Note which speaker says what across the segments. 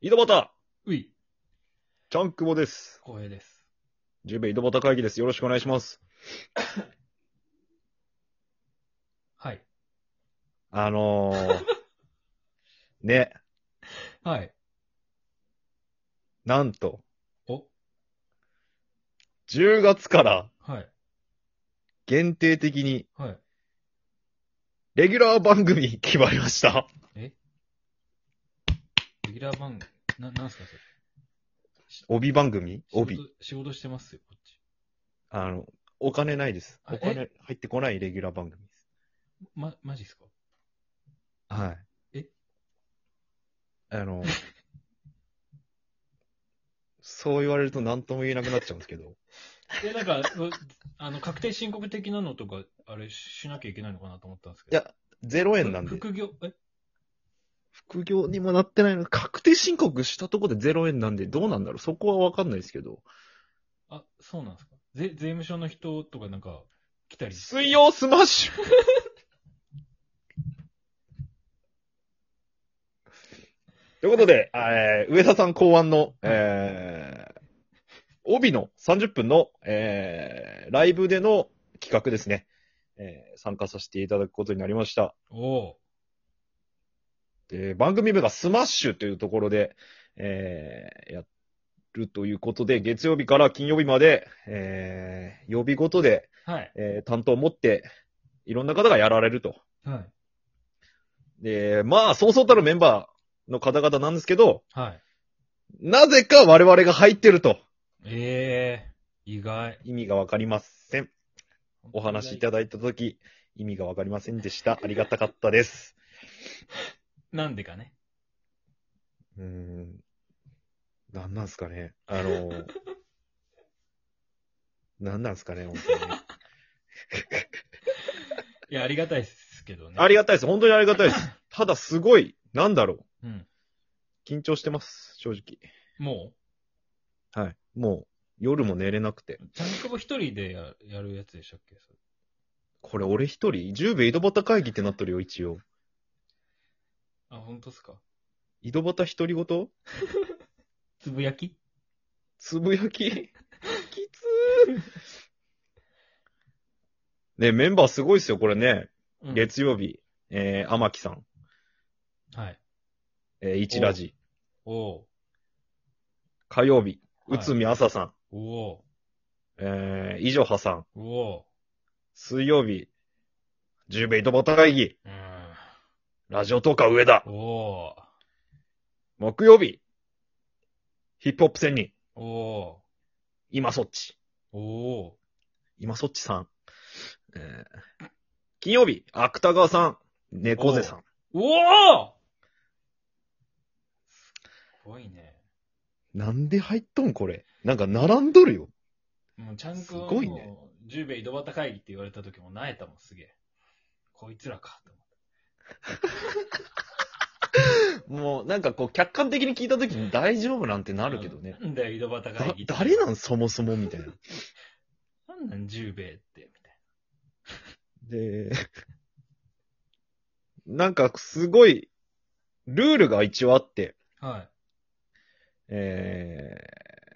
Speaker 1: 井戸端、
Speaker 2: うい、
Speaker 1: ちゃんくぼです。
Speaker 2: 光栄です。
Speaker 1: 十兵衛井戸端会議です。よろしくお願いします。
Speaker 2: はい。
Speaker 1: あの ー、ね、
Speaker 2: はい。
Speaker 1: なんと、
Speaker 2: お
Speaker 1: 10月から
Speaker 2: はい。
Speaker 1: 限定的に、
Speaker 2: はい。
Speaker 1: レギュラー番組 に決まりました。
Speaker 2: レギュラー番組、な、なんすかそれ。
Speaker 1: 帯番組帯
Speaker 2: 仕。事。仕事してますよ、こっち。
Speaker 1: あの、お金ないです。
Speaker 2: あ
Speaker 1: お金入ってこないレギュラー番組です。
Speaker 2: ま、マジっすか
Speaker 1: はい。
Speaker 2: え
Speaker 1: あの、そう言われると何とも言えなくなっちゃうんですけど。
Speaker 2: え、なんか、そあの、確定申告的なのとか、あれ、しなきゃいけないのかなと思ったんですけ
Speaker 1: い
Speaker 2: ど。
Speaker 1: や、0
Speaker 2: ふ
Speaker 1: 円なんで。
Speaker 2: 副業、え
Speaker 1: 副業にもなってないの。確定申告したとこで0円なんでどうなんだろうそこはわかんないですけど。
Speaker 2: あ、そうなんですか税、税務署の人とかなんか、来たり。
Speaker 1: 水曜スマッシュ ということで、えー上田さん考案の、えー帯の30分の、えーライブでの企画ですね、えー参加させていただくことになりました。
Speaker 2: おー
Speaker 1: で、番組名がスマッシュというところで、えー、やるということで、月曜日から金曜日まで、えー、曜日ごとで、
Speaker 2: はい。
Speaker 1: えー、担当を持って、いろんな方がやられると。
Speaker 2: はい。
Speaker 1: で、まあ、そうそうたるメンバーの方々なんですけど、
Speaker 2: はい。
Speaker 1: なぜか我々が入ってると、
Speaker 2: ええー、意外。
Speaker 1: 意味がわかりません。お話しいただいたとき、意味がわかりませんでした。ありがたかったです。
Speaker 2: なんでかね。
Speaker 1: うーん。なんなんすかね。あの、 なんなんすかね、本当に。
Speaker 2: いや、ありがたいですけどね。
Speaker 1: ありがたいです。本当にありがたいです。ただすごい、なんだろう。
Speaker 2: うん。
Speaker 1: 緊張してます、正直。
Speaker 2: も
Speaker 1: はい。もう、夜も寝れなくて。
Speaker 2: う、ちゃんとぼ一人でややるやつでしたっけそれ
Speaker 1: これ俺一人、十兵衛井戸端会議ってなっとるよ、一応。
Speaker 2: あ、本当っすか
Speaker 1: 井戸端一人ごと
Speaker 2: つぶやき
Speaker 1: つぶやききつーね、メンバーすごいですよ、これね。
Speaker 2: うん
Speaker 1: 月曜日、えー、天木さん、
Speaker 2: はい。
Speaker 1: えー、一ラジ。
Speaker 2: おう
Speaker 1: 火曜日、
Speaker 2: はい
Speaker 1: 内海朝さん、
Speaker 2: お
Speaker 1: えー、以上派さん。
Speaker 2: うお
Speaker 1: 水曜日、十兵衛井戸端会議、
Speaker 2: ううん。
Speaker 1: ラジオとか上田。
Speaker 2: お
Speaker 1: 木曜日、ヒップホップ戦に、
Speaker 2: うお
Speaker 1: 今そっち、
Speaker 2: うおう
Speaker 1: 今そっちさん。えー金曜日、芥川さん、猫背さん。
Speaker 2: おおすごいね。
Speaker 1: なんで入っとんこれ。なんか並んどるよ。
Speaker 2: もうちゃんくんは
Speaker 1: すごいね
Speaker 2: もう十兵衛井戸端会議って言われた時もなえたもん、すげえ。こいつらか、と思っ
Speaker 1: もうなんかこう客観的に聞いた時に大丈夫なんてなるけどね。
Speaker 2: て。なんだよ、井戸端
Speaker 1: だ
Speaker 2: 会議って。
Speaker 1: 誰なんそもそもみたいな。
Speaker 2: なんなん、十兵衛って、みたい
Speaker 1: で、 なんかすごい、ルールが一応あって、
Speaker 2: な。はい。
Speaker 1: え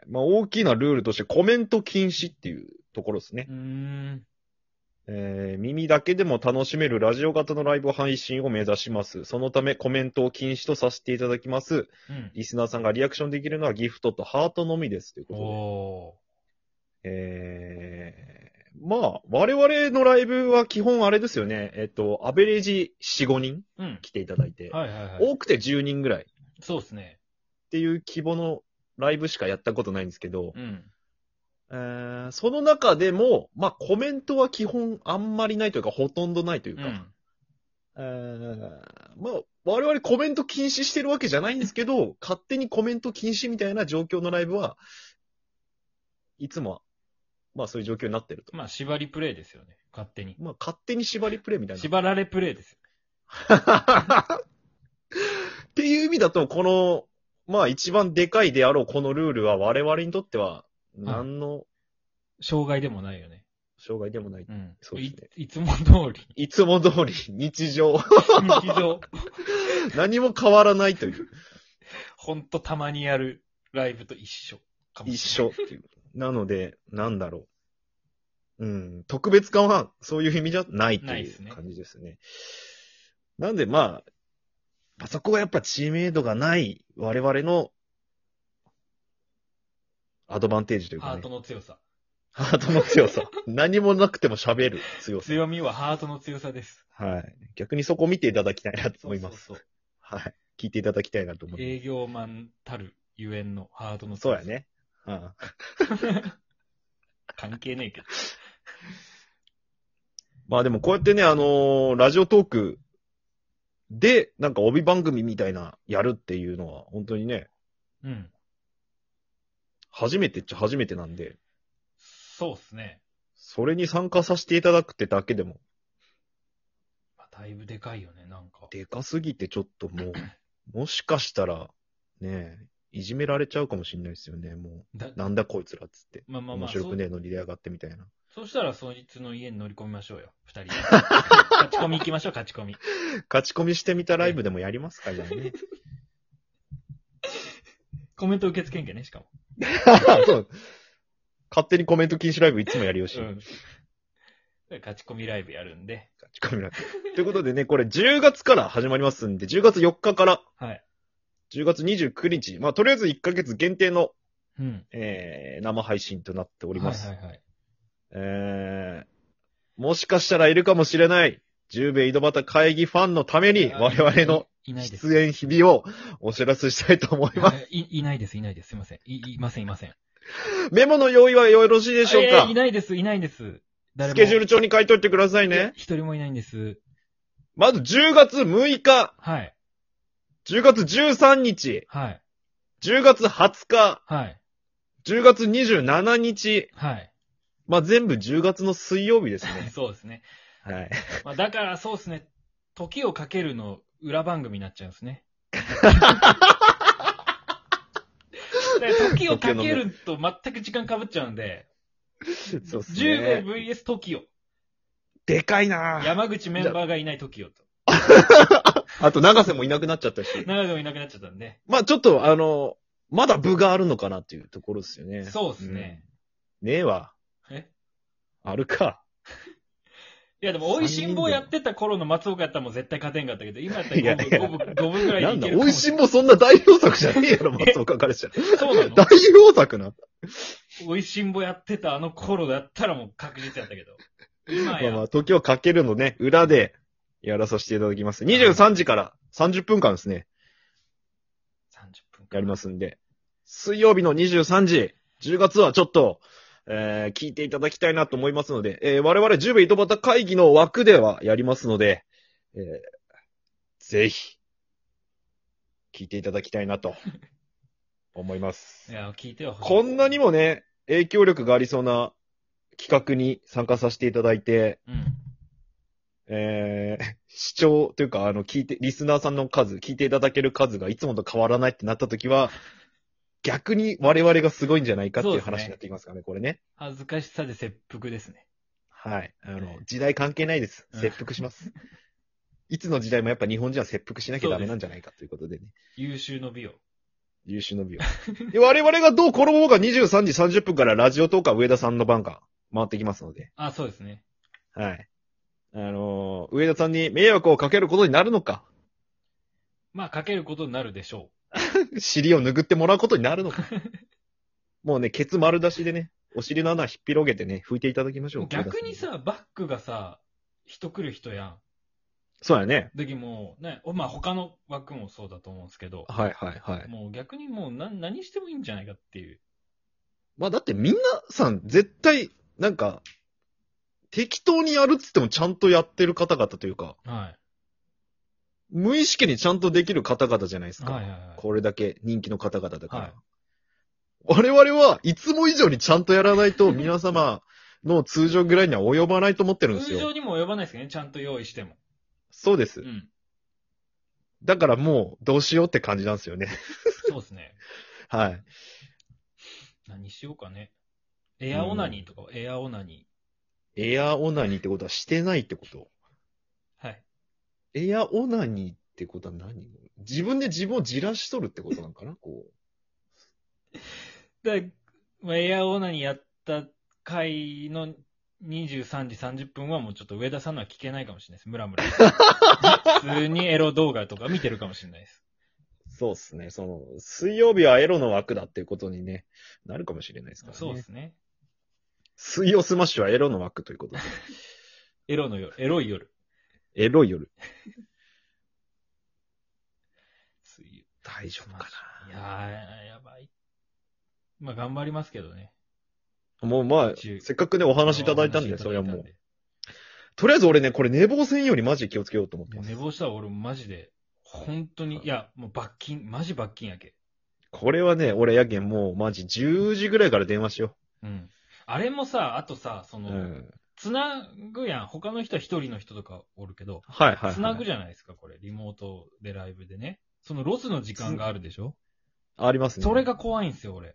Speaker 1: ー、まあ大きなルールとしてコメント禁止っていうところですね。
Speaker 2: うーん。
Speaker 1: えー耳だけでも楽しめるラジオ型のライブ配信を目指します。そのためコメントを禁止とさせていただきます。
Speaker 2: うん。
Speaker 1: リスナーさんがリアクションできるのはギフトとハートのみです。というこ
Speaker 2: お
Speaker 1: とで。えーまあ、我々のライブは基本あれですよね。えっと、アベレージ4、5人
Speaker 2: ー。うん。
Speaker 1: 来ていただいて、
Speaker 2: はいはいはい。
Speaker 1: 多くて10人ぐらいっ
Speaker 2: そうですね。
Speaker 1: ていう規模のライブしかやったことないんですけど、
Speaker 2: うん。
Speaker 1: えーその中でも、まあコメントは基本あんまりないというか、ほとんどないという
Speaker 2: う
Speaker 1: か、
Speaker 2: ん。
Speaker 1: えーまあ、我々コメント禁止してるわけじゃないんですけど、勝手にコメント禁止みたいな状況のライブは、いつもは、まあそういう状況になってると。
Speaker 2: まあ、縛りプレイですよね。勝手に。
Speaker 1: まあ勝手に縛りプレイみたいな。
Speaker 2: 縛られプレイですよ。
Speaker 1: っていう意味だと、この、まあ一番でかいであろうこのルールは我々にとっては、何の
Speaker 2: 障害でもないよね。
Speaker 1: 障害でもない。
Speaker 2: うん。
Speaker 1: そうですね
Speaker 2: いいつも通 り。
Speaker 1: いつも通り日常、
Speaker 2: 日常。
Speaker 1: 何も変わらないという。
Speaker 2: ほんとたまにやるライブと一緒かも
Speaker 1: 一
Speaker 2: しれない。
Speaker 1: 緒っていう。なので、なんだろう。うん、特別感はそういう意味じゃないと
Speaker 2: ない
Speaker 1: い
Speaker 2: ですね
Speaker 1: う感じですね。なんでまあ、あそこがやっぱ知名度がない我々のアドバンテージという
Speaker 2: ハ
Speaker 1: か
Speaker 2: ート
Speaker 1: ね。
Speaker 2: の強さ。
Speaker 1: ハートの強さ。 何もなくても喋る強さ。
Speaker 2: 強みはハートの強さです。
Speaker 1: はい。逆にそこ見ていただきたいなと思います。
Speaker 2: そうそう
Speaker 1: はい。聞いていただきたいなと
Speaker 2: そ
Speaker 1: 思
Speaker 2: う。
Speaker 1: います。
Speaker 2: 営業マンたるゆえんのハートの
Speaker 1: そう
Speaker 2: 強さ。
Speaker 1: や。ね。うん
Speaker 2: 関係ねえけど。
Speaker 1: まあでもこうやってね、あのーラジオトークで、なんか帯番組みたいな、やるっていうのは、本当にね、
Speaker 2: うん。
Speaker 1: 初めてっちゃ初めてなんで、
Speaker 2: そうっすね。
Speaker 1: それに参加させていただくってだけでも、
Speaker 2: まあ、だいぶでかいよね、なんか。
Speaker 1: でかすぎてちょっとも う、もしかしたら、ね、いじめられちゃうかもしれないですよね、も
Speaker 2: だ
Speaker 1: う。なんだこいつらっつって。
Speaker 2: まあまあま
Speaker 1: 面
Speaker 2: あ、
Speaker 1: 白
Speaker 2: そ
Speaker 1: く
Speaker 2: う
Speaker 1: ねえのに出やがってみたいな。
Speaker 2: そうしたらそいつの家に乗り込みましょうよ、二人 で。勝ち込み行きましょう、勝ち込み。
Speaker 1: 勝ち込みしてみたライブでもやりますか、じゃあ ね。
Speaker 2: コメント受付んけね、しかも。
Speaker 1: そう。勝手にコメント禁止ライブいつもやりよし。
Speaker 2: うん。勝ち込みライブやるんで。
Speaker 1: 口コミライブということでね、これ10月から始まりますんで、10月4日から
Speaker 2: はい。
Speaker 1: 10月29日、まあ、とりあえず1ヶ月限定の、
Speaker 2: うん。
Speaker 1: えー、生配信となってお
Speaker 2: お
Speaker 1: ります。
Speaker 2: はいはいはい。
Speaker 1: えー、もしかしたらいるかもしれない、十兵衛井戸端会議ファンのために、我々の
Speaker 2: いないです。
Speaker 1: 出演日々をお知らせしたいと思います。
Speaker 2: いいないです、いないです。すいません。い、いません、いません。
Speaker 1: メモの用意はよろしいでしょう
Speaker 2: あいや
Speaker 1: か
Speaker 2: いないです、いないです。
Speaker 1: スケジュー
Speaker 2: ル
Speaker 1: ル帳に書いといてくださいね。
Speaker 2: 一人もいないんです。
Speaker 1: まず10月6日、
Speaker 2: はい。
Speaker 1: 10月13日、
Speaker 2: はい。
Speaker 1: 10月20日、
Speaker 2: はい。
Speaker 1: 10月27日、
Speaker 2: はい。
Speaker 1: まあ、全部10月の水曜日ですね。
Speaker 2: そうですね。
Speaker 1: はい。
Speaker 2: まあ、だから、そうですね。時をかけるの裏番組になっちゃうんです ね。だから時をかけると全く時間かぶっちゃうんで、
Speaker 1: そうっす
Speaker 2: 10名
Speaker 1: ね。
Speaker 2: VS 時を。
Speaker 1: でかいなぁ
Speaker 2: 山口メンバーがいない時をと。
Speaker 1: あと、長瀬もいなくなっちゃったし。
Speaker 2: 長野もいなくなっちゃったんで。
Speaker 1: まあ、ちょっと、あの、まだ部があるのかなっていうところですよね。
Speaker 2: そうですね。
Speaker 1: うん。ねえわ。
Speaker 2: え
Speaker 1: あるか。
Speaker 2: いやでも、おいしん坊やってた頃の松岡やったらもう絶対勝てんかったけど、今やったら
Speaker 1: いやいや
Speaker 2: 5分、5分、5分ぐらい
Speaker 1: な
Speaker 2: で
Speaker 1: ん
Speaker 2: い
Speaker 1: だ
Speaker 2: け、るか
Speaker 1: お
Speaker 2: も
Speaker 1: い
Speaker 2: し
Speaker 1: し
Speaker 2: れ
Speaker 1: ん
Speaker 2: ない。
Speaker 1: ぼそんな代表作じゃねえやろ、松岡彼氏は。
Speaker 2: そうなの
Speaker 1: 代表作な。
Speaker 2: おいしんぼやってたあの頃だったらもう確実やったけど。今
Speaker 1: まあ
Speaker 2: や。
Speaker 1: まあ、時をかけるのね、裏でやらさせていただきます。23時から30分間ですね。
Speaker 2: 30分か。
Speaker 1: やりますんで。水曜日の23時、10月はちょっと、えー聞いていただきたいなと思いますので、えー我々10部井戸端会議の枠ではやりますので、えーぜひ、聞いていただきたいなと、思いま
Speaker 2: い
Speaker 1: す。
Speaker 2: や、聞いてはほしい。
Speaker 1: こんなにもね、影響力がありそうな企画に参加させていただいて、
Speaker 2: うん。
Speaker 1: えー 視聴というか、あの、聞いて、リスナーさんの数、聞いていただける数がいつもと変わらないってなった時は、逆に我々がすごいんじゃないかっていう
Speaker 2: そうですね
Speaker 1: 話になってきますからね、これね。
Speaker 2: 恥ずかしさで切腹ですね。
Speaker 1: はい。あの、時代関係ないです。
Speaker 2: うん
Speaker 1: 切腹し ます。いつの時代もやっぱ日本人は切腹しなきゃダメなんじゃないかということでね。
Speaker 2: 優秀の美を。
Speaker 1: 優秀の美を。 で我々がどう転ぼうが23時30分からラジオトーカー上田さんの番が回ってきますので。
Speaker 2: あ、そうですね。
Speaker 1: はい。あのー上田さんに迷惑をかけることになるのか、
Speaker 2: まあ、かけることになるでしょ
Speaker 1: 尻を拭ってもらうことになるのか。もうね、ケツ丸出しでね、お尻の穴引っ広げてね、拭いていただきましょ
Speaker 2: う。
Speaker 1: う。
Speaker 2: 逆に。さ、バックがさ、人来る人やん。
Speaker 1: そうやね。
Speaker 2: 時もうね、まあ他の枠もそうだと思うんですけど、
Speaker 1: はいはいはい。
Speaker 2: もう逆にもう何何してもいいんじゃないかっていう。
Speaker 1: まあだってみんなさん、絶対、なんか、適当にやるっつってもちゃんとやってる方々というか、
Speaker 2: は
Speaker 1: 無意識にちゃんとできる方々じゃないです
Speaker 2: い。
Speaker 1: か。
Speaker 2: はいはいはい。
Speaker 1: これだけ人気の方々だから。
Speaker 2: はい
Speaker 1: 我々はいつも以上にちゃんとやらないと皆様の通常ぐらいには及ばないと思ってるんです
Speaker 2: 通常
Speaker 1: よ。
Speaker 2: にも及ばないですけどね、ちゃんと用意しても。
Speaker 1: そうです
Speaker 2: う。ん。
Speaker 1: だからもうどうしようって感じなんですよね。
Speaker 2: そうですね。
Speaker 1: はい。
Speaker 2: 何しようかね。エアオナニーとか、エアオナニ
Speaker 1: エアオナニーってことはしてないってこと
Speaker 2: ー。はい。
Speaker 1: エアオナニーっってことは何自分で自分をじらしとるってことなんかなこ
Speaker 2: で、まあエアオーナにやった回の23時30分はもうちょっと上田さんのは聞けないかもしれないです。ムラ ムラ。普通にエロ動画とか見てるかもしれないです。
Speaker 1: う。そうですね。その、水曜日はエロの枠だっていうことにね、なるかもしれないですからね。
Speaker 2: そうですね。
Speaker 1: 水曜スマッシュはエロの枠ということで。
Speaker 2: エロの夜、エロい夜。
Speaker 1: エロい夜。
Speaker 2: 水
Speaker 1: 大丈夫か
Speaker 2: いやー、やばい。まあ頑張りますけどね。
Speaker 1: な。もうまあ、
Speaker 2: 中
Speaker 1: せっかくね、お話いただいたんで、それはもう。とりあえず俺ね、これ寝坊せんよりマジ気をつけようと思って
Speaker 2: も
Speaker 1: ま
Speaker 2: う
Speaker 1: す
Speaker 2: 寝。坊したら俺マジで、本当に、いや、もう罰金、マジ罰金やけ。
Speaker 1: これはね、俺やけんもうマジ10時ぐらいから電話しよ。
Speaker 2: うん。あれもさ、あとさ、そう
Speaker 1: う
Speaker 2: の、
Speaker 1: ん。
Speaker 2: つなぐやん。他の人は一人の人とかおるけど、
Speaker 1: はいはい、はい。
Speaker 2: つなぐじゃないですか、これ。リモートでライブでね。そのロスの時間があるでしょ
Speaker 1: ありますね。
Speaker 2: それが怖いんですよ、俺。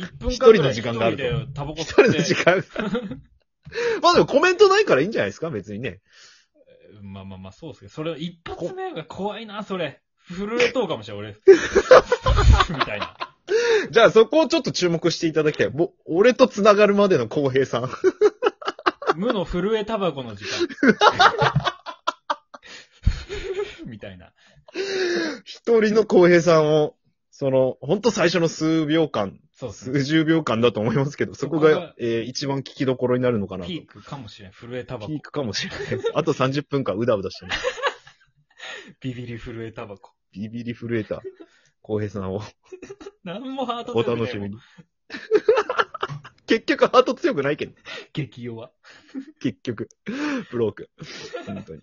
Speaker 2: 1分間
Speaker 1: 一人の時間があると
Speaker 2: ぐらい一人でタバコ
Speaker 1: 一
Speaker 2: 吸
Speaker 1: 人
Speaker 2: っ
Speaker 1: の
Speaker 2: て。
Speaker 1: 時間。まあでもコメントないからいいんじゃないですか別にね。
Speaker 2: まあまあまあ、そうっすけど、それ、一発目が怖いな、それ。震えとうかもしれん、俺。 みたいな。
Speaker 1: じゃあそこをちょっと注目していただきたい。もう俺と繋がるまでの浩平さん。
Speaker 2: 無の震えタバコの時間。 みたいな。
Speaker 1: 一人の浩平さんを、その、ほんと最初の数秒間、
Speaker 2: そうっすね。
Speaker 1: 数十秒間だと思いますけど、そこ
Speaker 2: そこ
Speaker 1: が
Speaker 2: が、
Speaker 1: えー一番聞きどころになるのかなと。
Speaker 2: ピークかもしれん、震えタバコ
Speaker 1: ピー。クかもしれない です。あと30分間うだうだしてね。
Speaker 2: ビビリ震えタバコ。
Speaker 1: ビビり震えた浩平さんを
Speaker 2: なんもハート
Speaker 1: お
Speaker 2: 強くない
Speaker 1: 楽
Speaker 2: もん
Speaker 1: しみに。 結局ハート強くないけど、
Speaker 2: 激弱。
Speaker 1: 結局。ブローク。本当に。